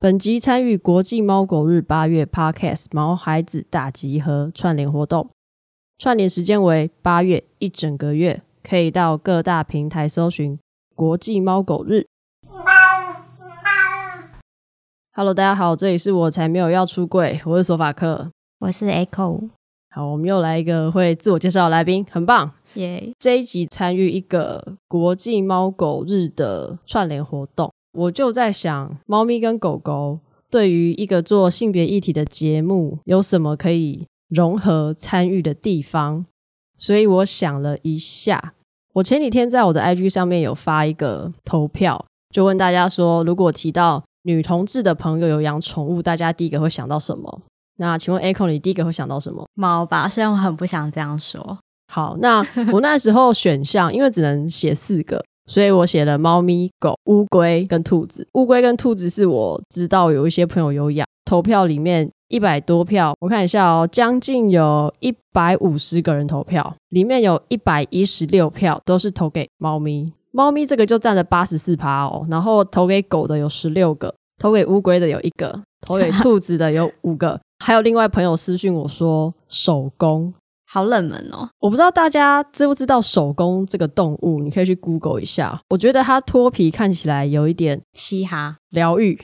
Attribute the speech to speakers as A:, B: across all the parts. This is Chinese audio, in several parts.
A: 本集参与国际猫狗日八月 Podcast 毛孩子大集合串联活动，串联时间为八月一整个月，可以到各大平台搜寻“国际猫狗日”。Hello，大家好，这里是我才没有要出柜，我是索法克。
B: 我是 Echo，
A: 好，我们又来一个会自我介绍的来宾，很棒。
B: 耶
A: 这一集参与一个国际猫狗日的串联活动，我就在想，猫咪跟狗狗对于一个做性别议题的节目有什么可以融合参与的地方，所以我想了一下，我前几天在我的 IG 上面有发一个投票，就问大家说，如果提到女同志的朋友有养宠物，大家第一个会想到什么？那请问 Echo，你第一个会想到什么？
B: 猫吧，虽然我很不想这样说，
A: 好，那我那时候选项，因为只能写四个，所以我写了猫咪、狗、乌龟跟兔子。乌龟跟兔子是我知道有一些朋友有养，投票里面一百多票，我看一下哦，将近有一百五十个人投票，里面有一百一十六票都是投给猫咪。猫咪这个就占了八十四趴哦，然后投给狗的有十六个，投给乌龟的有一个，投给兔子的有五个， 还有另外朋友私讯我说手工，
B: 好冷门哦。
A: 我不知道大家知不知道手工这个动物，你可以去 Google 一下。我觉得它脱皮看起来有一点
B: 嘻哈，
A: 疗愈，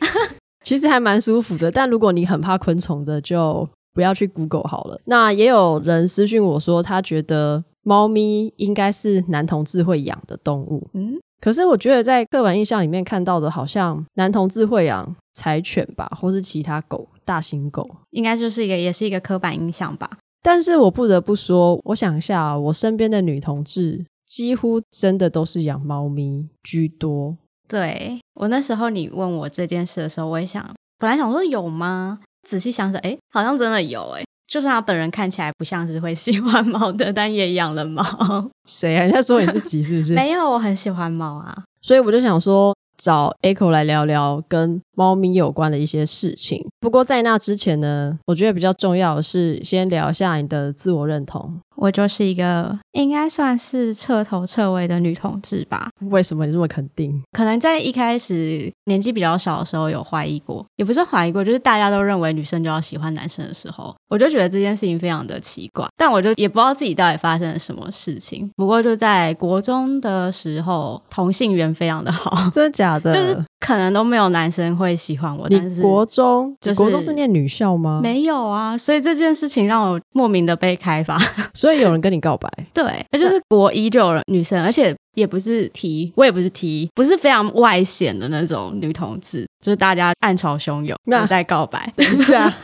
A: 其实还蛮舒服的。但如果你很怕昆虫的，就不要去 Google 好了。那也有人私讯我说，他觉得猫咪应该是男同志会养的动物。
B: 嗯，
A: 可是我觉得在刻板印象里面看到的，好像男同志会养柴犬吧，或是其他狗，大型狗。
B: 应该就是一个，也是一个刻板印象吧。
A: 但是我不得不说，我想一下啊、我身边的女同志几乎真的都是养猫咪居多。
B: 对我那时候你问我这件事的时候，我也想，本来想说有吗？仔细想想，哎，好像真的有哎。就算他本人看起来不像是会喜欢猫的，但也养了猫。
A: 谁啊？你在说你自己是不是？
B: 没有，我很喜欢猫啊。
A: 所以我就想说，找 Echo 来聊聊跟猫咪有关的一些事情。不过在那之前呢，我觉得比较重要的是先聊一下你的自我认同。
B: 我就是一个应该算是彻头彻尾的女同志吧，
A: 为什么你这么肯定？
B: 可能在一开始年纪比较小的时候有怀疑过，也不是怀疑过，就是大家都认为女生就要喜欢男生的时候，我就觉得这件事情非常的奇怪。但我就也不知道自己到底发生了什么事情。不过就在国中的时候，同性缘非常的好，
A: 真的假的？
B: 就是可能都没有男生会喜欢我，但
A: 你
B: 是
A: 国中，
B: 就是
A: 你国中是念女校吗？，
B: 没有啊，所以这件事情让我莫名的被开发。
A: 所以有人跟你 告白。
B: 对，那就是国一就有人女生，而且也不是 T，我也不是 T，不是非常外显的那种女同志，就是大家暗潮汹涌，
A: 那
B: 那在告白。
A: 等一下，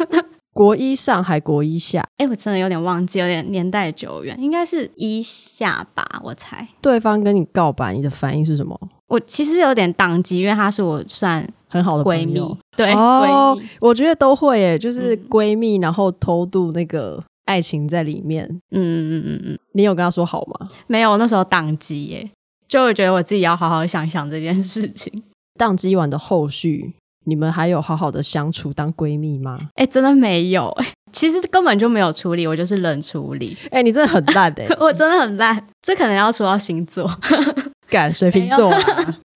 A: 国一上还国一下，
B: 哎，我真的有点忘记，有点年代久远，应该是一下吧，我猜。
A: 对方跟你告白，你的反应是什么？
B: 我其实有点宕机，因为她是我算
A: 很好的
B: 闺
A: 朋
B: 蜜
A: 友，
B: 对、
A: 哦
B: 闺蜜，
A: 我觉得都会诶，就是
B: 嗯
A: 闺蜜，然后偷渡那个爱情在里面。
B: 嗯嗯嗯嗯
A: 你有跟他说好吗？
B: 嗯，没有，那时候宕机耶，就我觉得我自己要好好想想这件事情。
A: 宕机完的后续，你们还有好好的相处当闺蜜吗？
B: 哎，真的没有，哎，其实根本就没有处理，我就是冷处理。
A: 哎、你真的很烂 诶，
B: 我真的很烂，这可能要说到星座。
A: 敢水瓶座、啊，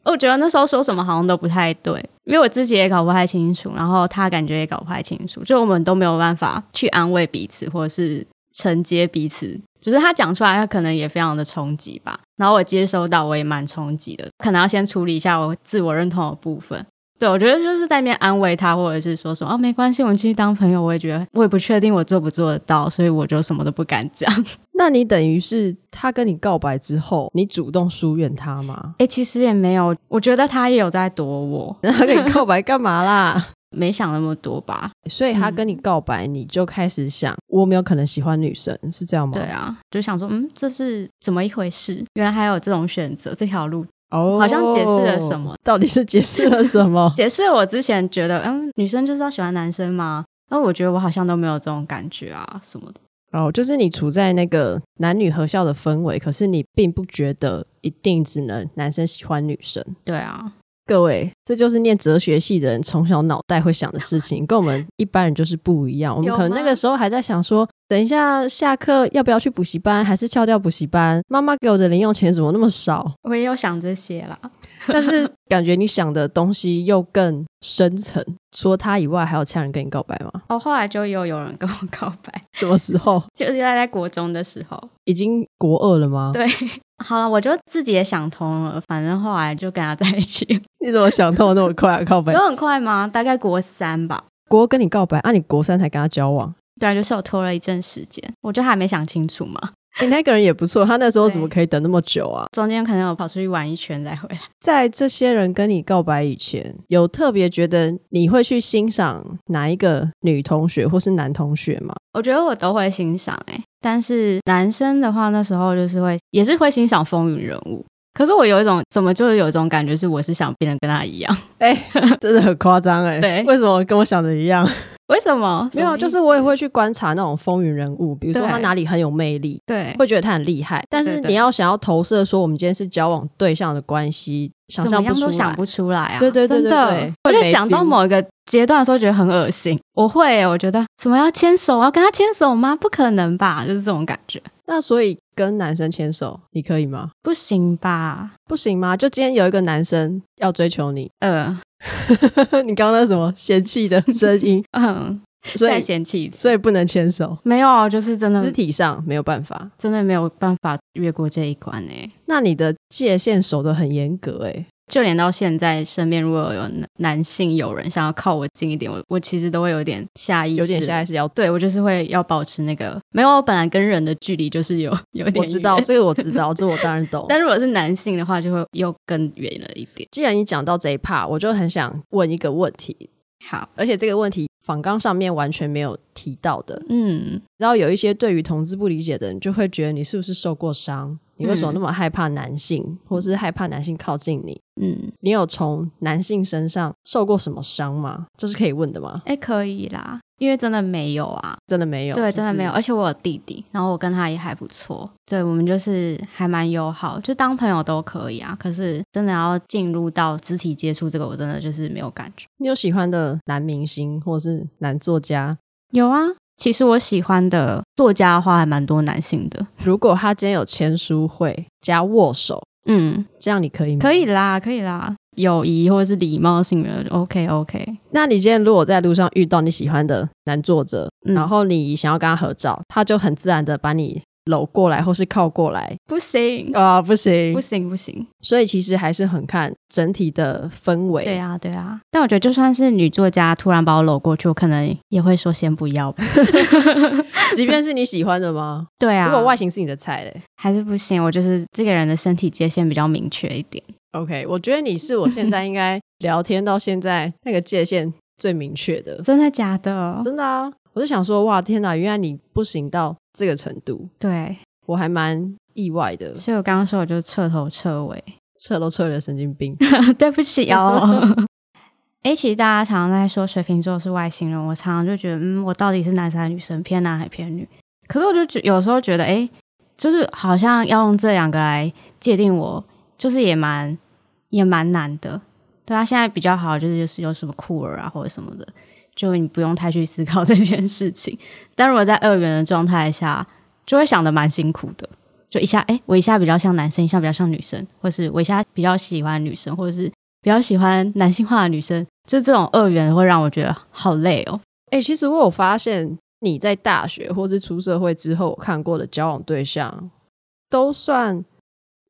B: 我觉得那时候说什么好像都不太对，因为我自己也搞不太清楚，然后他感觉也搞不太清楚，就我们都没有办法去安慰彼此，或者是承接彼此。就是他讲出来，他可能也非常的冲击吧。然后我接收到，我也蛮冲击的，可能要先处理一下我自我认同的部分。对，我觉得就是在那边安慰他，或者是说什么哦，没关系，我们继续当朋友。我也觉得，我也不确定我做不做得到，所以我就什么都不敢讲。
A: 那你等于是他跟你告白之后，你主动疏远他吗？
B: 哎、其实也没有，我觉得他也有在躲我，
A: 那他跟你告白干嘛啦？嗯
B: 没想那么多吧。
A: 所以他跟你告白，你就开始想，我有没有可能喜欢女生，是这样吗？
B: 对啊，就想说，嗯，这是怎么一回事？原来还有这种选择，这条路
A: 哦
B: 好像解释了什么？？
A: 到底是解释了什么
B: 解释了我之前觉得，嗯，女生就是要喜欢男生嘛。那我觉得我好像都没有这种感觉啊，什么的。
A: 哦，就是你处在那个男女合校的氛围，可是你并不觉得一定只能男生喜欢女生。
B: 对啊，
A: 各位，这就是念哲学系的人从小脑袋会想的事 情，跟我们一般人就是不一样。我们
B: 有
A: 可能那个
B: 吗
A: 时候还在想说，等一下下课要不要去补 习班，还是翘掉补习班？妈妈给我的零用钱怎么那么少？
B: 我也有想这些啦。
A: 但是感觉你想的东西又更深层。除了他以外，还有其他人跟你告白吗？
B: 哦，后来就又有人跟我告白，
A: 什么时候？
B: 就是在在国中的时候。
A: 已经国二了吗？
B: 对，好了，我就自己也想通了，反正后来就跟他在一起。
A: 你怎么想通得那么快 啊？告白？
B: 有很快吗？大概国三吧。
A: 国二跟你告白，啊，你国三才跟他交往。
B: 对啊，就是我拖了一阵时间，我就还没想清楚嘛。
A: 你、那个人也不错，他那时候怎么可以等那么久啊？
B: 中间可能有跑出去玩一圈再回来。
A: 在这些人跟你告白以前，有特别觉得你会去欣赏哪一个女同学或是男同学吗？
B: 我觉得我都会欣赏哎、但是男生的话，那时候就是会也是会欣赏风云人物。可是我有一种怎么就是有一种感觉，是我是想变得跟他一样？
A: 哎、 真的很夸张哎
B: 对
A: 为什么跟我想的一样？
B: 为什么？
A: 没 有，啊
B: 什么意思
A: 就是我也会去观察那种风云人物，比如说
B: 对
A: 他哪里很有魅力，
B: 对，
A: 会觉得他很厉害。但是
B: 对对
A: 你要想要投射说我们今天是交往对象的关系，想
B: 怎
A: 象
B: 么
A: 不
B: 样
A: 出
B: 都
A: 来。
B: 想不出来啊！
A: 对对对
B: 真
A: 对对
B: 的，我
A: 会
B: 就
A: 没
B: 想到
A: feel
B: 某一个阶段的时候，觉得很恶心。我会欸耶，我觉得什么要牵手，啊我要跟他牵手吗？不可能吧，就是这种感觉，
A: 那所以跟男生牵手，你可以吗？
B: 不行吧？
A: 不行吗？就今天有一个男生要追求你，
B: 呃，
A: 你刚刚那什么嫌弃 的声音，
B: 嗯，
A: 所
B: 再
A: 以
B: 嫌弃一次
A: 所以不能牵手，
B: 没有，啊就是真
A: 肢
B: 的
A: 体上没有办法。
B: 真的没有办法越过这一关哎。
A: 那你的界限守得很严格哎、
B: 就连到现在，身边如果有男男性友人想要靠我近一点，我我其实都会有点下意识，
A: 有点下意
B: 识。
A: 识要。
B: 对我就是会要保持那个没有，我本来跟人的距离就是有 有点
A: 我知道
B: 远
A: 这个，我知道，这我当然懂。
B: 但如果是男性的话，就会又更远了一点。
A: 既然你讲到这一 part，我就很想问一个问题，
B: 好，
A: 而且这个问题访纲上面完全没有提到的。
B: 嗯，
A: 然后有一些对于同志不理解的人，就会觉得你是不是受过伤？你为什么那么害怕男性，或是害怕男性靠近你？
B: 嗯，
A: 你有从男性身上受过什么伤吗？这是可以问的吗？
B: 哎、可以啦，因为真的没有啊，
A: 真的没有，
B: 对，
A: 就是
B: 真的没有，而且我有弟弟，然后我跟他也还不错，对我们就是还蛮友好，就当朋友都可以啊。可是真的要进入到肢体接触这个，我真的就是没有感觉。
A: 你有喜欢的男明星或是男作家？
B: 有啊，其实我喜欢的作家的话还蛮多男性的，
A: 如果他今天有签书会加握手，
B: 嗯，
A: 这样你可以吗？
B: 可以。啦，可以啦，友谊或者是礼貌性的，OK OK，
A: 那你今天如果在路上遇到你喜欢的男作者，
B: 嗯
A: 然后你想要跟他合照，他就很自然的把你搂过来或是靠过来
B: 不行。
A: 啊、不行
B: 不行不行，
A: 所以其实还是很看整体的氛围。
B: 对啊对啊，但我觉得就算是女作家突然把我搂过去，我可能也会说先不要吧。
A: 即便是你喜欢的吗？
B: 对啊，
A: 如果外形是你的菜嘞
B: 还是不行，我就是这个人的身体界限比较明确一点。
A: ，OK，我觉得你是我现在应该聊天到现在那个界限最明确的，
B: 真的假的？
A: 真的啊！我就想说，哇，天哪，原来你不行到这个程度，
B: 对，
A: 我还蛮意外的，
B: 所以我刚刚说我就彻头彻尾，
A: 彻都彻了神经 病。
B: 对不起哦。哎、其实大家常常在说水瓶座是外星人，我常常就觉得，嗯，我到底是男生还是女生，偏男还偏女？可是我就觉有时候觉得，哎、就是好像要用这两个来界定我，就是也蛮也蛮难的。对啊，现在比较好就是就是有什么酷儿啊或者什么的，就你不用太去思考这 件事情。但如果在二元的状态下，就会想的蛮辛苦的。就一下，哎、我一下比较像男生，一下比较像女生，或是我一下比较喜欢女生，或者是比较喜欢男性化的女生，就这种二元会让我觉得好累哦。
A: 哎、其实我有发现，你在大学或是出社会之后，我看过的交往对象都算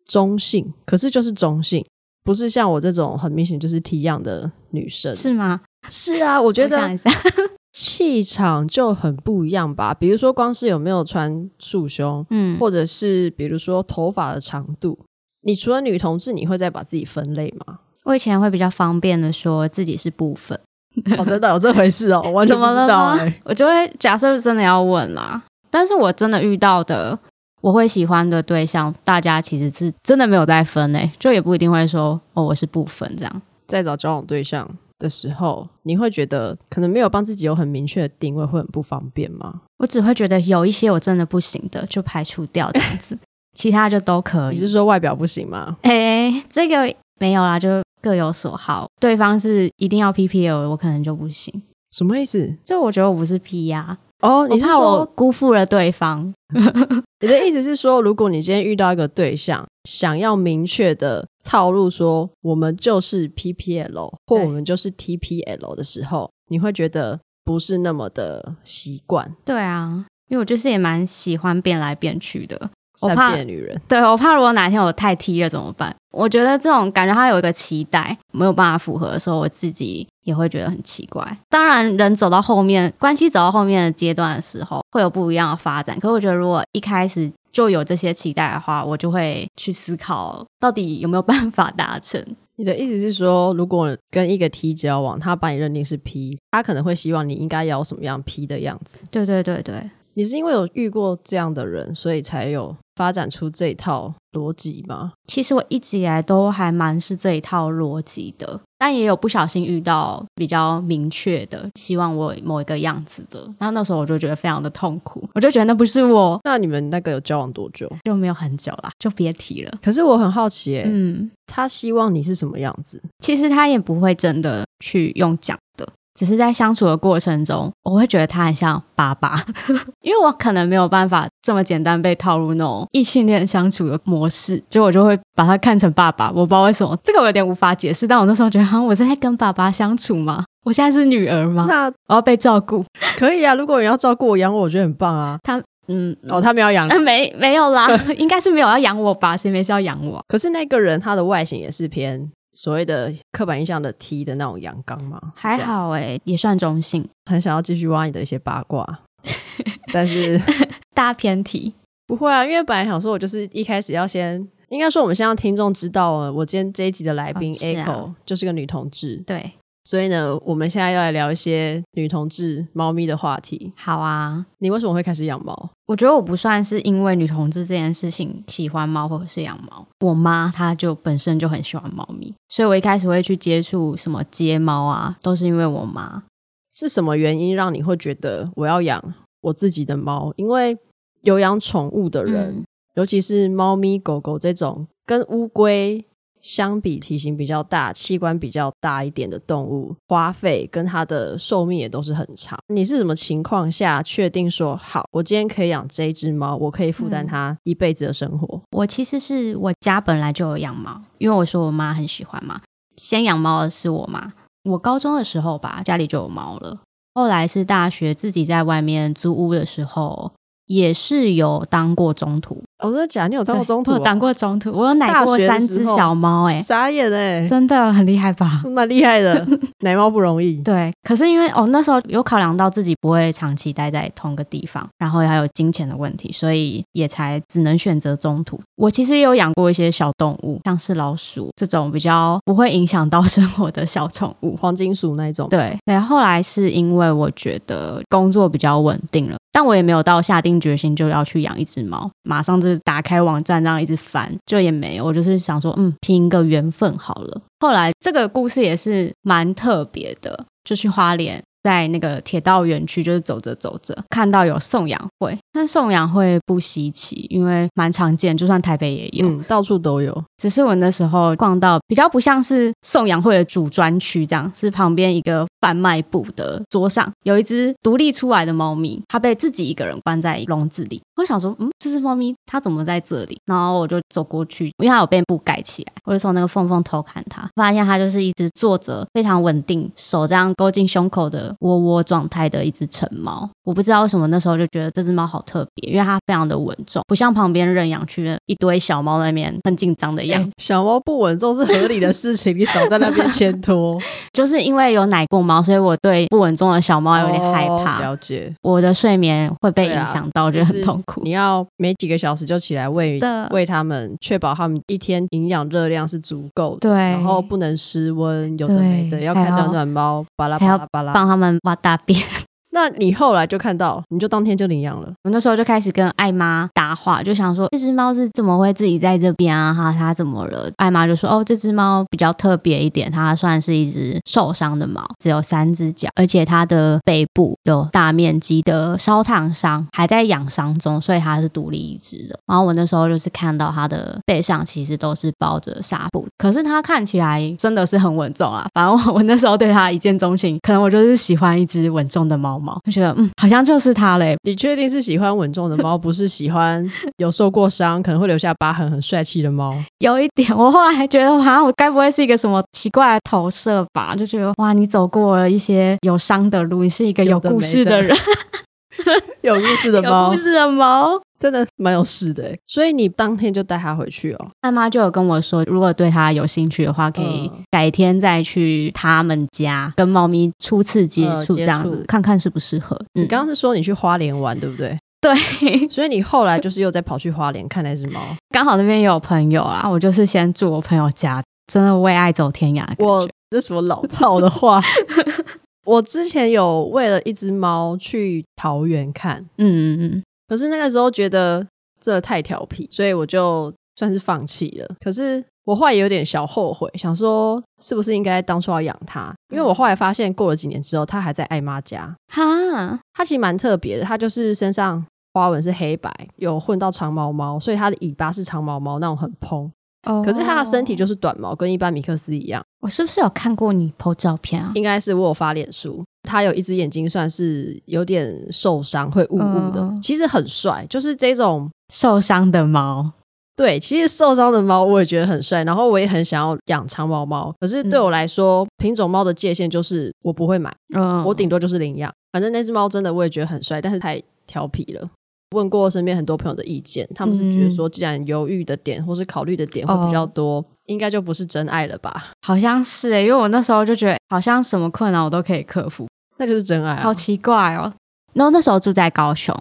A: 中性，可是就是中性，不是像我这种很明显就是 T 样的女生。
B: 是吗？
A: 是啊，我觉
B: 我想
A: 得
B: 一 下，
A: 气场就很不一样吧。比如说，光是有没有穿束胸，
B: 嗯，
A: 或者是比如说头发的长度，你除了女同志，你会再把自己分类 吗？
B: 我以前会比较方便的说自己是部分，
A: 哦，真的有这回事哦，我完
B: 怎么了吗？
A: 欸
B: 我就会假设真的要问啦，但是我真的遇到的我会喜欢的对象，大家其实是真的没有在分诶、就也不一定会说哦我是部分这样。
A: 在找交往对象的时候，你会觉得可能没有帮自己有很明确的定位，会很不方便吗？
B: 我只会觉得有一些我真的不行的，就排除掉这样子， 其他就都可
A: 你
B: 以
A: 是。说外表不行吗？
B: 哎、这个没有啦，就各有所好。对方是一定要 PPL，我可能就不行。
A: 什么意思？
B: 就我觉得我不是 P 呀、
A: 哦，你是
B: 怕我
A: 说
B: 辜负了对方？
A: 你的意思是说，如果你今天遇到一个对象，想要明确的套路说我们就是 PPL 或
B: 对
A: 我们就是 TPL 的时候，你会觉得不是那么的习惯，
B: 对啊，因为我就是也蛮喜欢变来变去的。我
A: 善
B: 怕
A: 变女人。
B: 对我怕如果哪天我太 T 了怎么办？我觉得这种感觉它有一个期待，没有办法符合的时候，我自己也会觉得很奇怪。当然，人走到后面，关系走到后面的阶段的时候，会有不一样的发展。可我觉得，如果一开始就有这些期待的话，我就会去思考到底有没有办法达成。
A: 你的意思是说，如果跟一个 T 交往，他把你认定是 P，他可能会希望你应该要有什么样 P 的样子。
B: 对对对对，
A: 你是因为有遇过这样的人，所以才有发展出这一套逻辑吗？
B: 其实我一直以来都还蛮是这一套逻辑的，但也有不小心遇到比较明确的，希望我某一个样子的，然后那时候我就觉得非常的痛苦，我就觉得那不是我，
A: 那你们那个有交往多久？
B: 就没有很久啦，就别提了。
A: 可是我很好奇、欸，
B: 嗯，
A: 他希望你是什么样子？
B: 其实他也不会真的去用讲的，只是在相处的过程中，我会觉得他很像爸爸， 因为我可能没有办法这么简单被套入那种异性恋相处的模式，就我就会把他看成爸爸。我不知道为什么，这个我有点无法解释。但我那时候觉得，哈、我是在跟爸爸相处吗？ 我现在是女儿 吗？
A: 那
B: 我要被照顾？
A: 可以啊，如果有人要照顾我、养我，我觉得很棒啊。
B: 嗯，
A: 哦，他们要养你，
B: 呃没没有啦，应该是没有要养我吧？谁没事要养我？
A: 可是那个人他的外形也是偏所谓的刻板印象的 T 的那种阳刚嘛，是这
B: 还
A: 样，
B: 好诶、也算中性，
A: 很想要继续挖你的一些八 卦，但是
B: 大偏题。
A: 不会啊，因为本来想说我就是一开始要先。应该说，我们先让听众知道了，我今天这一集的来宾
B: 哦是
A: Echo、
B: 啊
A: 就是个女同志，
B: 对，
A: 所以呢，我们现在要来聊一些女同志猫咪的话题。
B: 好啊，
A: 你为什么会开始养猫？
B: 我觉得我不算是因为女同志这件事情喜欢猫或者是养猫，我妈她就本身就很喜欢猫咪，所以我一开始会去接触什么街猫啊，都是因为我妈。
A: 是什么原因让你会觉得我要养我自己的猫？因为有养宠物的人，
B: 嗯
A: 尤其是猫咪、狗狗这种跟乌龟相比体型比较大、器官比较大一点的动物，花费跟它的寿命也都是很长。你是什么情况下确定说好，我今天可以养这一只猫，我可以负担
B: 嗯
A: 它一辈子的生活？
B: 我其实是我家本来就有养猫，因为我说我妈很喜欢嘛。先养猫的是我妈，我高中的时候吧，家里就有猫了。后来是大学自己在外面租屋的时候，也是有当过中途，
A: 哦，真的假的？你有当过中途、
B: 对我有当
A: 过，
B: 过中途，我有奶过
A: 大
B: 三
A: 学的时
B: 只
A: 候
B: 小猫、欸，
A: 傻眼哎、
B: 真的很厉害吧？
A: 蛮厉害的， 奶猫不容易。
B: 对，可是因为哦，那时候有考量到自己不会长期待在同个地方，然后还有金钱的问题，所以也才只能选择中途。我其实也有养过一些小动物，像是老鼠这种比较不会影响到生活的小宠物。
A: 黄金鼠那一种，
B: 对，对，后来是因为我觉得工作比较稳定了，但我也没有到下定决心就要去养一只猫，马上就是打开网站这样一直翻，就也没有，我就是想说，嗯，拼一个缘分好了。后来这个故事也是蛮特别的，就去花莲。在那个铁道园区，就是走着走着，看到有送养会，但送养会不稀奇，因为蛮常见，就算台北也有。
A: 嗯，到处都有。
B: 只是我那时候逛到比较不像是送养会的主专区这样，是旁边一个贩卖部的桌上有一只独立出来的猫咪，它被自己一个人关在笼子里。我想说，嗯，这只猫咪它怎么在这里？然后我就走过去，因为它有被布盖起来，我就从那个缝缝偷看它，发现它就是一只坐着非常稳定，手这样勾进胸口的窝窝状态的一只成猫。我不知道为什么那时候就觉得这只猫好特别，因为它非常的稳重，不像旁边认养区的一堆小猫在那边很紧张的样子
A: 欸。小猫不稳重是合理的事情，你少在那边牵 拖，
B: 就是因为有奶过猫，所以我对不稳重的小猫有点害
A: 哦
B: 怕，
A: 了解，
B: 我的睡眠会被
A: 对啊
B: 影响到，就很痛苦
A: 你。要每几个小时就起来喂
B: 的
A: 喂它们，确保它们一天营养热量是足够的。
B: 对，
A: 然后不能失温，有的没的，
B: 对
A: 要看
B: 还要
A: 暖暖猫，巴拉
B: 还
A: 巴
B: 要
A: 拉巴拉。
B: 帮他们挖大便。
A: 那你后来就看到，你就当天就领养了，
B: 我那时候就开始跟艾妈搭话，就想说这只猫是怎么会自己在这边啊？哈，它怎么了？艾妈就说哦，这只猫比较特别一点，它算是一只受伤的猫，只有三只脚，而且它的背部有大面积的烧烫伤，还在养伤中，所以它是独立一只的。然后我那时候就是看到它的背上其实都是包着纱布，可是它看起 来真的是很稳重啊。反正我我那时候对它一见钟情，可能我就是喜欢一只稳重的猫猫，就觉得嗯，好像就是它嘞。
A: 你确定是喜欢稳重的猫，不是喜欢有受过伤可能会留下疤痕、很帅气的 猫？
B: 有一点，我后来还觉得，好像我该不会是一个什么奇怪的投射吧？就觉得哇，你走过了一些有伤的路，你是一个有
A: 有的
B: 故
A: 没
B: 事
A: 的
B: 的人，
A: 有故 事的
B: 有
A: 猫
B: 故，事的猫。
A: 真的蛮有事的欸。所以你当天就带它回去哦。
B: 他妈就有跟我说，如果对他有兴趣的话，可以
A: 嗯
B: 改天再去他们家跟猫咪初次接
A: 呃
B: 触，
A: 接
B: 这样
A: 触
B: 子、看看适不适合。嗯
A: 你刚刚是说你去花莲玩，对不对？
B: 对，
A: 所以你后来就是又再跑去花莲看那只猫。
B: 刚好那边也有朋友啊，我就是先住我朋友家，真的为爱走天涯的感觉。
A: 我这什么老套的话？ 我之前有为了一只猫去桃园看，
B: 嗯嗯嗯，
A: 可是那个时候觉得这太调皮，所以我就算是放弃了。可是我后来有点小后悔，想说是不是应该当初要养它？因为我后来发现，过了几年之后，它还在爱妈家。
B: 哈，
A: 它其实蛮特别的，它就是身上花纹是黑白，有混到长毛猫，所以它的尾巴是长毛猫那种很蓬，
B: 哦
A: 可是它的身体就是短毛，跟一般米克斯一样。
B: 我是不是有看过你 PO 照片啊？
A: 应该是我有发脸书，他有一只眼睛算是有点受伤，会雾雾的，
B: 嗯
A: 其实很帅，就是这种。
B: 受伤的猫，
A: 对，其实受伤的猫我也觉得很帅，然后我也很想要养长毛猫，可是对我来说，品种猫的界限就是我不会买，
B: 嗯
A: 我顶多就是领养。反正那只猫真的我也觉得很帅，但是太调皮了。问过身边很多朋友的意见，他们是
B: 嗯
A: 觉得说，既然犹豫的点或是考虑的点会比
B: 哦
A: 较多，应该就不是真爱了吧？
B: 好像是欸诶、因为我那时候就觉得好像什么困难我都可以克服，
A: 那就是真爱、啊。
B: 好奇怪哦。然后那时候住在高雄，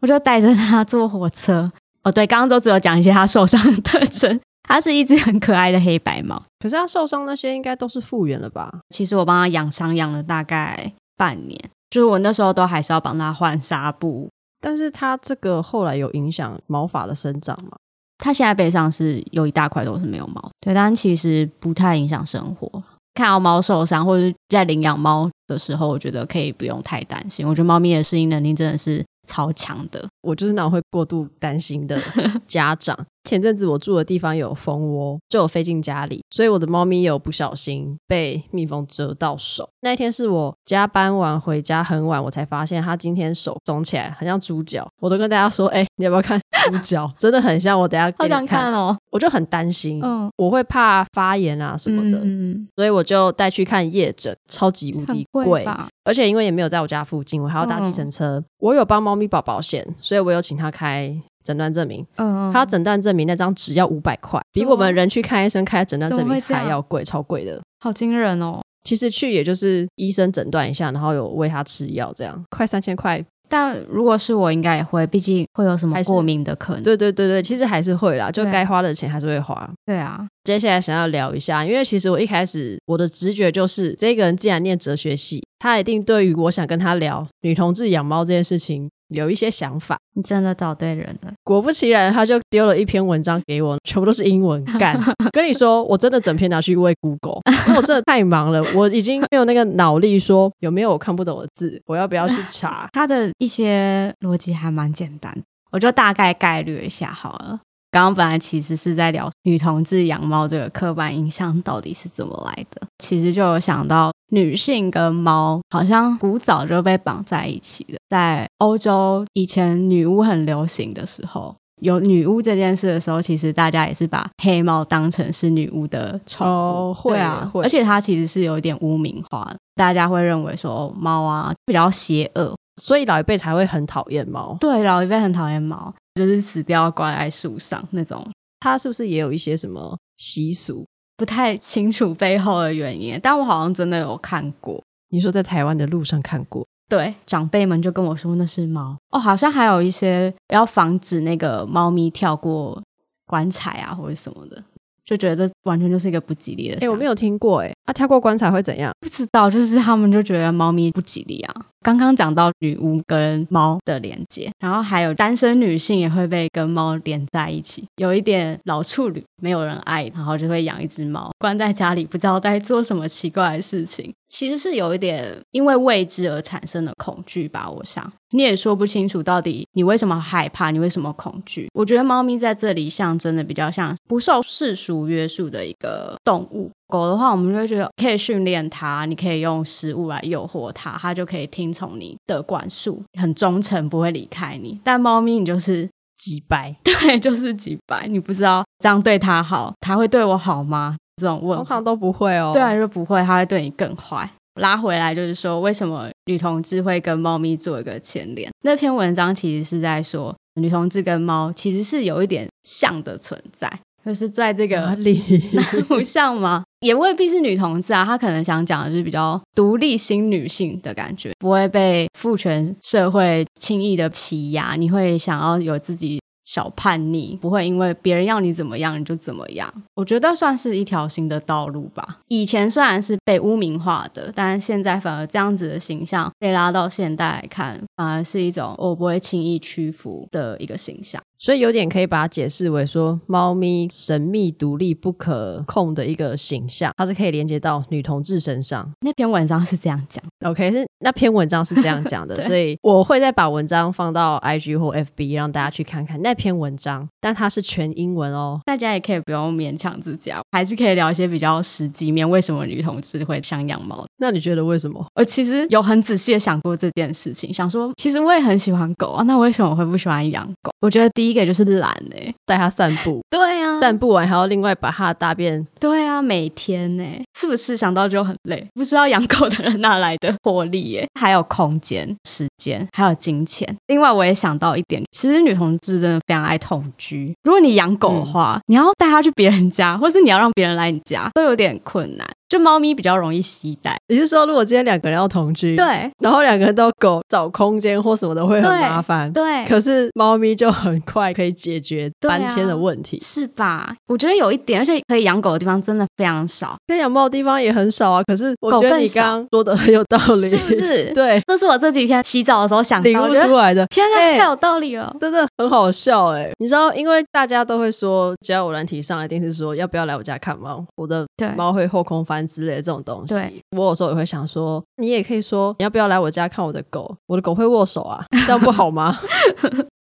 B: 我就带着它坐火车。哦，对，刚刚都只有讲一些它受伤的特征。 它是一只很可爱的黑白猫，
A: 可是它受伤那些应该都是复原了吧？
B: 其实我帮它养伤养了大概半年，就是我那时候都还是要帮它换纱布。
A: 但是它这个后来有影响毛发的生长嘛？
B: 它现在背上是有一大块都是没有毛，对，但其实不太影响生活。看到猫受伤或者是在领养猫的时候，我觉得可以不用太担心。我觉得猫咪的适应能力真的是超强的。
A: 我就是那种会过度担心的家长。前阵子我住的地方有蜂窝，就有飞进家里，所以我的猫咪也有不小心被蜜蜂蛰到手。那一天是我加班完回家很晚，我才发现它今天手肿起来，很像猪脚。我都跟大家说，哎、你要不要看猪脚？真的很像，我等一下给你看。
B: 哦，
A: 我就很担心，
B: 嗯，
A: 我会怕发炎啊什
B: 什么
A: 么
B: 的
A: 的，，所以我就带去看夜诊，超级无敌贵。
B: 吧？
A: 而且因为也没有在我家附近，我还要
B: 嗯
A: 搭计程车。我有帮猫咪保保险，所以我有请他开诊断证明。
B: 嗯
A: 他诊断证明那张纸要五百块，比
B: 怎么
A: 我们人去看医生开诊断证
B: 怎么
A: 明
B: 会这样
A: 还要贵，超贵的。
B: 好惊人哦，
A: 其实去也就是医生诊断一下，然后有喂他吃药，这样快三千块。
B: 但如果是我，应该也会，毕竟会有什么
A: 还是
B: 过敏的可能。
A: 对对对对，其实还是会啦，就
B: 对啊
A: 该花的钱还是会花。
B: 对啊，
A: 接下来想要聊一下，因为其实我一开始我的直觉就是，这个人既然念哲学系，他一定对于我想跟他聊女同志养猫这件事情有一些想法。
B: 你真的找对人了。
A: 果不其然，他就丢了一篇文章给我，全部都是英文。
B: ？
A: 干，跟你说，我真的整篇拿去喂 Google，因为我真的太忙了，我已经没有那个脑力说有没有我看不懂的字，我要不要去查
B: 它的一些逻辑还蛮简单的，我就大概概略一下好了。刚刚本来其实是在聊女同志养猫这个刻板印象到底是怎么来的，其实就有想到女性跟猫好像古早就被绑在一起的，在欧洲以前女巫很流行的时候。有女巫这件事的时候，其实大家也是把黑猫当成是女巫的宠物，
A: 哦会
B: 对啊，
A: 会
B: 而且它其实是有一点污名化的，大家会认为说哦猫啊比较邪恶，
A: 所以老一辈才会很讨厌猫。
B: 对，老一辈很讨厌猫，就是死掉挂在树上那种，
A: 他是不是也有一些什么习俗？
B: 不太清楚背后的原因，但我好像真的有看过。
A: 你说在台湾的路上看过，
B: 对，长辈们就跟我说那是猫哦，好像还有一些要防止那个猫咪跳过棺材啊或者什么的，就觉得这完全就是一个不吉利的
A: 哎、
B: 想法。
A: 我没有听过、哎，啊，跳过棺材会怎样？
B: 不知道，就是他们就觉得猫咪不吉利啊。刚刚讲到女巫跟猫的连接，然后还有单身女性也会被跟猫连在一起，有一点老处女，没有人爱，然后就会养一只猫，关在家里，不知道在做什么奇怪的事情。其实是有一点因为未知而产生的恐惧吧，我想你也说不清楚到底你为什么害怕，你为什么恐惧。我觉得猫咪在这里象征的比较像不受世俗约束的一个动物，狗的话，我们就会觉得可以训练它，你可以用食物来诱惑它，它就可以听从你的管束，很忠诚，不会离开你。但猫咪，你就是
A: 几百，
B: 对，就是几百，你不知道这样对它好，它会对我好吗？这种问
A: 通
B: 号
A: 常都不会哦。
B: 对啊，就不会，它会对你更坏。拉回来就是说，为什么女同志会跟猫咪做一个牵连？那篇文章其实是在说，女同志跟猫其实是有一点像的存在，就是在这
A: 哪
B: 个
A: 里？
B: 不像吗？也未必是女同志啊，她可能想讲的是比较独立新女性的感觉，不会被父权社会轻易的欺压，你会想要有自己小叛逆，不会因为别人要你怎么样你就怎么样。我觉得算是一条新的道路吧。以前虽然是被污名化的，但是现在反而这样子的形象被拉到现代来看，反而是一种我不会轻易屈服的一个形象。
A: 所以有点可以把它解释为说，猫咪神秘、独立、不可控的一个形象，它是可以连接到女同志身上。
B: 那篇文章是这样讲，
A: OK，是那篇文章是这样 讲的，
B: 对
A: 所以我会再把文章放到 IG 或 FB 让大家去看看那篇文章，但它是全英文哦。
B: 大家也可以不用勉强自己啊，还是可以聊一些比较实际面，为什么女同志会想养猫。
A: 那你觉得为什么？
B: 我其实有很仔细的想过这件事情，想说其实我也很喜欢狗啊，那为什么我会不喜欢养狗？我觉得第一个就是懒哎、
A: 带它散 步，
B: 对啊
A: 散步完还要另外把它的大便
B: 对啊，每天呢、是不是想到就很累？不知道养狗的人哪来的活力耶、还有空间、时间，还有金钱。另外，我也想到一点，其实女同志真的非常爱同居。如果你养狗的话，
A: 嗯
B: 你要带它去别人家，或是你要让别人来你家，都有点困难。就猫咪比较容易携带，
A: 你是说，如果今天两个人要同居，，
B: 对
A: 然后两个人都狗找空间或什么的会很
B: 对
A: 麻烦，
B: 对，
A: 可是猫咪就很快可以解决
B: 对啊
A: 搬迁的问题。
B: 是吧？我觉得有一点，而且可以养狗的地方真的非常少，
A: 跟养猫的地方也很少啊，可是我觉
B: 狗
A: 得
B: 更
A: 你
B: 少
A: 刚刚说的很有道理，
B: 是 不是？
A: 对，
B: 这是我这几天洗澡的时候想
A: 领
B: 到，
A: 悟
B: 我觉
A: 出
B: 得
A: 来的。
B: 天哪，
A: 哎
B: 太有道理了。
A: 真的很好笑哎、你知道，因为大家都会说，只要我软体上一定是说要不要来我家看猫，我的
B: 对
A: 猫会后空翻之类的这种东西。
B: 对，
A: 我有时候也会想说，你也可以说你要不要来我家看我的狗，我的狗会握手啊，这样不好吗？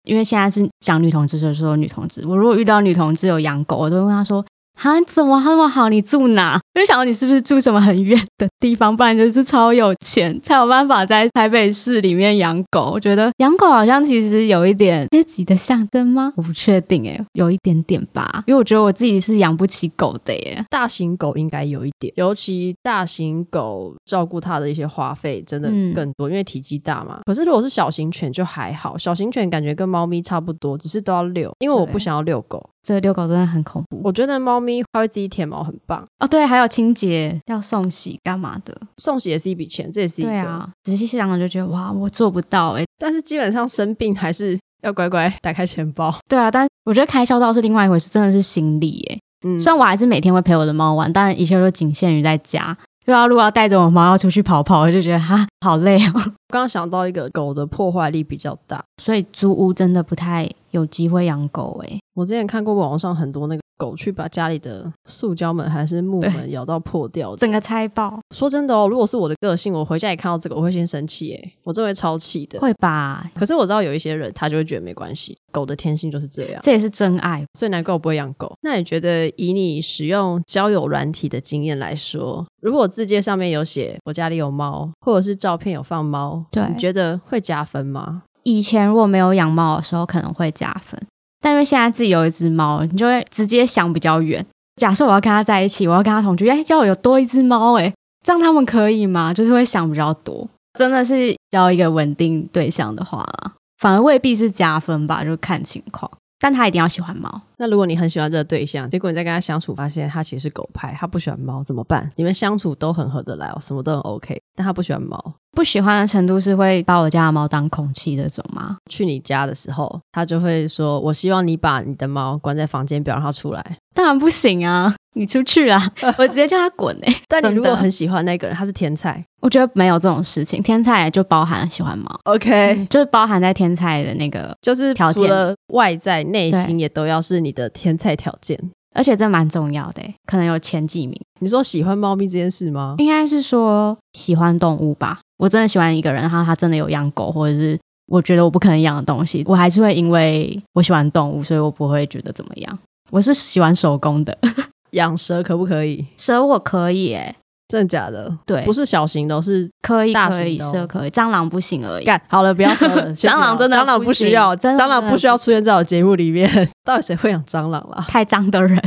B: 因为现在是讲女同志，就是说女同志。我如果遇到女同志有养狗，我都会问她说：“啊，怎么那么好？你住哪？”我就想到你是不是住什么很远的地方，不然就是超有钱才有办法在台北市里面养狗。我觉得养狗好像其实有一点阶级的象征吗？我不确定诶、有一点点吧，因为我觉得我自己是养不起狗的耶。
A: 大型狗应该有一点，尤其大型狗照顾它的一些花费真的
B: 嗯
A: 更多，因为体积大嘛。可是如果是小型犬就还好，小型犬感觉跟猫咪差不多，只是都要遛，因为我
B: 对
A: 不想要遛狗。
B: 这遛狗真的很恐怖
A: 我觉得猫咪它会自己舔毛很棒，
B: 哦，对，还有清洁要送洗干嘛的？
A: 送洗也是一笔钱，这也是一个。
B: 对啊，仔细想想就觉得哇，我做不到欸诶、
A: 但是基本上生病还是要乖乖打开钱包。
B: 对啊，但我觉得开销倒是另外一回事，真的是心理耶。
A: 嗯
B: 虽然我还是每天会陪我的猫玩，但一切都仅限于在家。就要如果要带着我猫要出去跑跑，我就觉得哈好累哦。
A: 我刚刚想到一个，狗的破坏力比较大。
B: 所以租屋真的不太有机会养狗诶。
A: 我之前看过网上很多那个狗去把家里的塑胶门还是木
B: 对
A: 门咬到破掉的，
B: 整个拆爆
A: 说真的哦，如果是我的个性，我回家一看到这个，我会先生气，哎，我真的会超气的。
B: 会吧？
A: 可是我知道有一些人，他就会觉得没关系，狗的天性就是这样，
B: 这也是真爱。
A: 所以难怪我不会养狗。那你觉得以你使用交友软体的经验来说，如果字界上面有写我家里有猫，或者是照片有放猫，
B: 对
A: 你觉得会加分吗？
B: 以前如果没有养猫的时候，可能会加分，但因为现在自己有一只猫，你就会直接想比较远。假设我要跟它在一起，我要跟它同居，哎，叫我有多一只猫，哎，这样他们可以吗？就是会想比较多。真的是要一个稳定对象的话啦，反而未必是加分吧，就看情况。但他一定要喜欢猫，
A: 那如果你很喜欢这个对象，结果你在跟他相处，发现他其实是狗派，他不喜欢猫，怎么办？你们相处都很合得来哦，什么都很 OK，但他不喜欢猫。
B: 不喜欢的程度是会把我家的猫当空气那种吗？
A: 去你家的时候，他就会说：“我希望你把你的猫关在房间，不要让它出来。
B: 当然不行啊，你出去啦，我直接叫它滚哎、”
A: 但你
B: 真的
A: 如果很喜欢那个人，他是天才
B: 我觉得没有这种事情，天才就包含喜欢猫。
A: ，OK，、
B: 就是包含在天才的那个，
A: 就是
B: 条件
A: 除了外在，内心
B: 对
A: 也都要是你的天才条件。
B: 而且这蛮重要的欸，可能有前几名，
A: 你说喜欢猫咪这件事吗？
B: 应该是说喜欢动物吧。我真的喜欢一个人，然后他真的有养狗，或者是我觉得我不可能养的东西，我还是会因为我喜欢动物，所以我不会觉得怎么样。我是喜欢手工的，
A: 养蛇可不可以？
B: 蛇我可以哎、
A: 真的假的？
B: 对
A: 不是小型的哦，是
B: 可以
A: 大
B: 可
A: 型
B: 以，
A: 的哦
B: 蛇可以，蟑螂不行而已。
A: 干好了，不要说 了。谢谢哦
B: 蟑螂真的
A: 蟑螂
B: 不
A: 不
B: 行
A: 需要，
B: 真的
A: 蟑螂不需要出现在我节目里面。 到底谁会养蟑螂啦？
B: 太脏的人，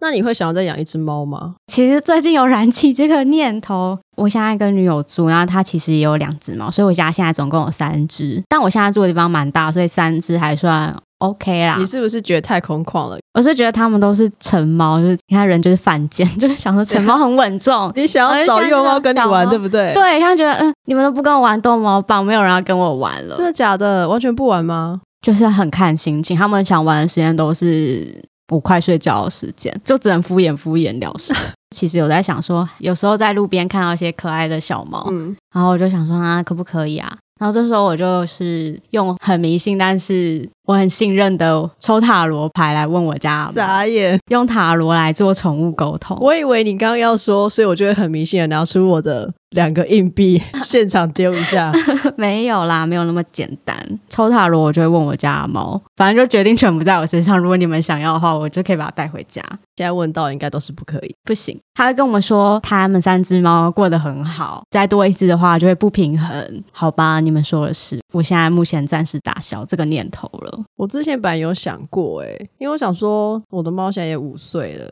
A: 那你会想要再养一只猫吗？
B: 其实最近有燃起这个念头。我现在跟女友住，然后她其实也有两只猫，所以我家现在总共有三只。但我现在住的地方蛮大，所以三只还算 OK 啦
A: 你。是不是觉得太空旷了？。
B: 我是觉得它们都是成猫，就是你看人就是犯贱，就是想说成猫很稳重
A: 你想要找幼猫跟你哦
B: 哎
A: 玩，
B: 想
A: 对不对？，
B: 对，他觉得嗯，你们都不跟我玩逗猫棒，没有人要跟我玩了
A: 真，的假的？完全不玩吗？
B: 就是很看心情。他们想玩的时间都是我快睡觉的时间，就只能敷衍敷衍了 事。其实有在想说，有时候在路边看到一些可爱的小猫，
A: 嗯，
B: 然后我就想说啊，可不可以啊？然后这时候我就是用很迷信，但是我很信任的抽塔罗牌来问我家的猫，
A: 傻眼。
B: 用塔罗来做宠物沟通。
A: 我以为你刚刚要说，所以我就会很迷信的拿出我的两个硬 币，现场丢一下。
B: 没有啦，没有那么简单。抽塔罗，我就会问我家的猫，反正就决定权不在我身上。如果你们想要的话，我就可以把它带回家。
A: 现在问到应该都是不可以。
B: 不行，他会跟我们说他们三只猫过得很好，再多一只的话就会不平衡。好吧，你们说的是，我现在目前暂时打消这个念头了。
A: 我之前本来有想过、欸，因为我想说我的猫现在也五岁了，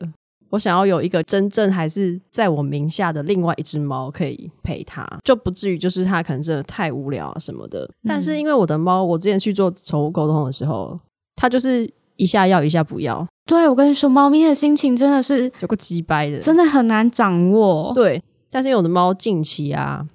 A: 我想要有一个真正还是在我名下的另外一只猫可以陪它，就不至于就是它可能真的太无聊啊什么的。但是因为我的猫，我之前去做宠物沟通的时候，它就是一下要一下不要，
B: 对，我跟你说，猫咪的心情真的是
A: 有个鸡掰的，
B: 真的很难掌握。
A: 对，但是因为我的猫近期啊，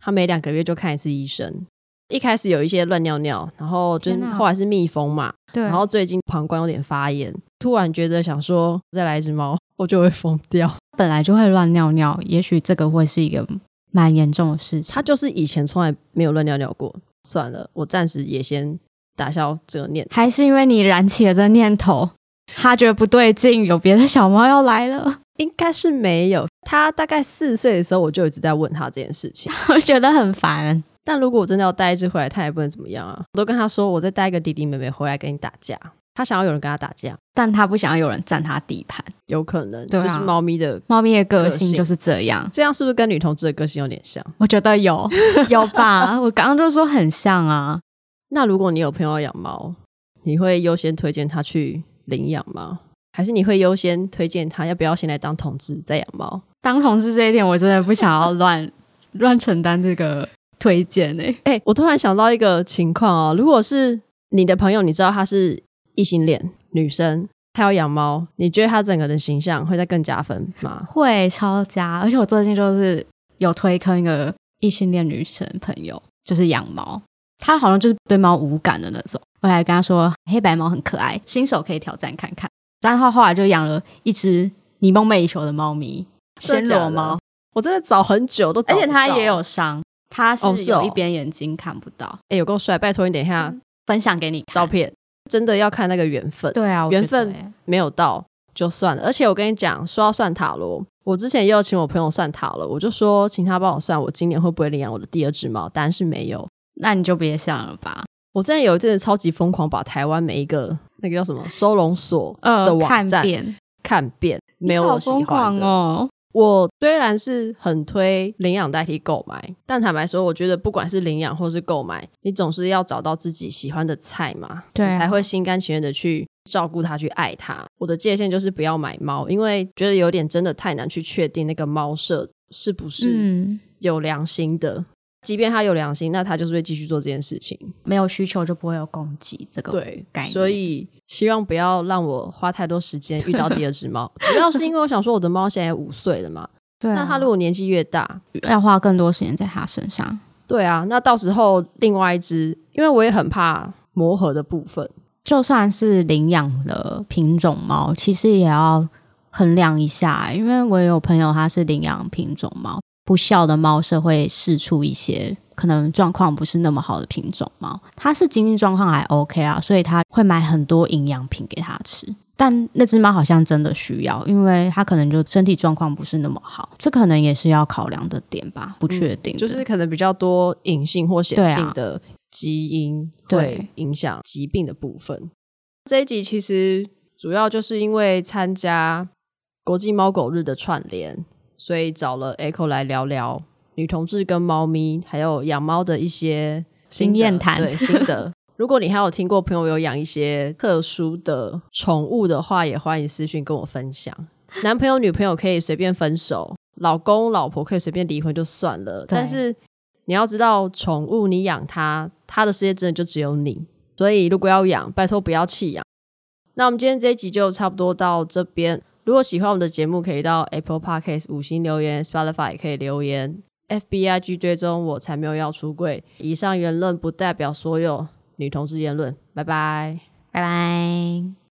A: 它每两个月就看一次医生。一开始有一些乱尿尿，然后就
B: 天哪
A: 后来是蜜蜂嘛，
B: 对，
A: 然后最近膀胱有点发炎，突然觉得想说再来一只猫，我就会疯掉。
B: 本来就会乱尿尿，也许这个会是一个蛮严重的事情。
A: 它就是以前从来没有乱尿尿过，算了，我暂时也先打消这个念头。
B: 还是因为你燃起了这念头，他觉得不对劲，有别的小猫要来了，
A: 应该是没有。它大概四岁的时候，我就一直在问它这件事情。
B: 我觉得很烦。
A: 但如果我真的要带一只回来，它也不能怎么样啊。我都跟它说，我再带一个弟弟妹妹回来跟你打架。它想要有人跟它打架，
B: 但他不想要有人占他地盘，
A: 有可能、
B: 对啊
A: 就是猫咪的。
B: 猫咪的个
A: 个性
B: 性就是这样，
A: 这样是不是跟女同志的个性有点像？
B: 我觉得 有有吧。我刚刚就说很像啊，
A: 那如果你有朋友养猫，你会优先推荐他去领养吗？还是你会优先推荐他要不要先来当同志再养猫？
B: 当同事这一点，我真的不想要乱 乱承担这个推荐欸诶、
A: 哎、我突然想到一个情况哦，如果是你的朋友，你知道他是异性恋女生，她要养猫，你觉得她整个的形象会再更加分吗？
B: 会超加，而且我最近就是有推坑一个异性恋女生朋友，就是养猫，她好像就是对猫无感的那种。后来跟她说黑白猫很可爱，新手可以挑战看看。但她后来就养了一只你梦寐以求的猫咪，暹
A: 真的假
B: 罗
A: 的
B: 猫，
A: 我真的找很久都找
B: 而
A: 不
B: 且
A: 到，
B: 它也有伤，它
A: 哦
B: 是
A: 是哦
B: 有一边眼睛看不到。
A: 哎、有够帅，拜托你等一下
B: 分享给你看
A: 照，片，真的要看那个缘分。
B: 对啊，我
A: 缘
B: 觉得
A: 分
B: 欸
A: 没有到就算了。而且我跟你讲，说要算塔罗，我之前也有请我朋友算塔罗，我就说请他帮我算我今年会不会领养我的第二只猫，答案是没有。
B: 那你就别想了吧。
A: 我之前有一阵子超级疯狂，把台湾每一个那个叫什么收容所的
B: 呃，
A: 网
B: 看
A: 站、
B: 遍
A: 看遍，没有
B: 好
A: 我喜
B: 疯
A: 欢
B: 狂
A: 的。
B: 哦，
A: 我虽然是很推领养代替购买，但坦白说，我觉得不管是领养或是购买，你总是要找到自己喜欢的菜嘛，
B: 对啊
A: 你才会心甘情愿的去照顾它，去爱它。我的界限就是不要买猫，因为觉得有点真的太难去确定那个猫舍是不是
B: 嗯，
A: 有良心的。即便它有良心，那它就是会继续做这件事情。
B: 没有需求就不会有供给这个
A: 对
B: 概，念
A: 所以希望不要让我花太多时间遇到第二只 猫。主要是因为我想说，我的猫现在五岁了嘛，
B: 对啊
A: 那它如果年纪越大，
B: 要花更多时间在他身上。
A: 对啊，那到时候另外一只，因为我也很怕磨合的部分，
B: 就算是领养了品种猫，其实也要衡量一下，欸因为我也有朋友他是领养品种猫，不孝的猫舍会试出一些可能状况不是那么好的品种猫，它是经济状况还 OK 啊，所以他会买很多营养品给它吃。但那只猫好像真的需要，因为它可能就身体状况不是那么好，这可能也是要考量的点吧，不确定的、
A: 嗯就是可能比较多隐性或显
B: 对
A: 性
B: 啊
A: 的基因会
B: 对
A: 影响疾病的部分。这一集其实主要就是因为参加国际猫狗日的串联，所以找了 Echo 来聊聊女同志跟猫咪，还有养猫的一些
B: 经验谈
A: 对心得。如果你还有听过朋友有养一些特殊的宠物的话，也欢迎私讯跟我分享。男朋友、女朋友可以随便分手， 老公、老婆可以随便离婚就算了，但是你要知道，宠物你养它，它的世界真的就只有你。所以如果要养，拜托不要弃养。那我们今天这一集就差不多到这边。如果喜欢我们的节目，可以到 Apple Podcast 五星留言，Spotify 也可以留言，FBIG 追踪我才没有要出柜。以上言论不代表所有女同志言论。拜拜。
B: 拜拜。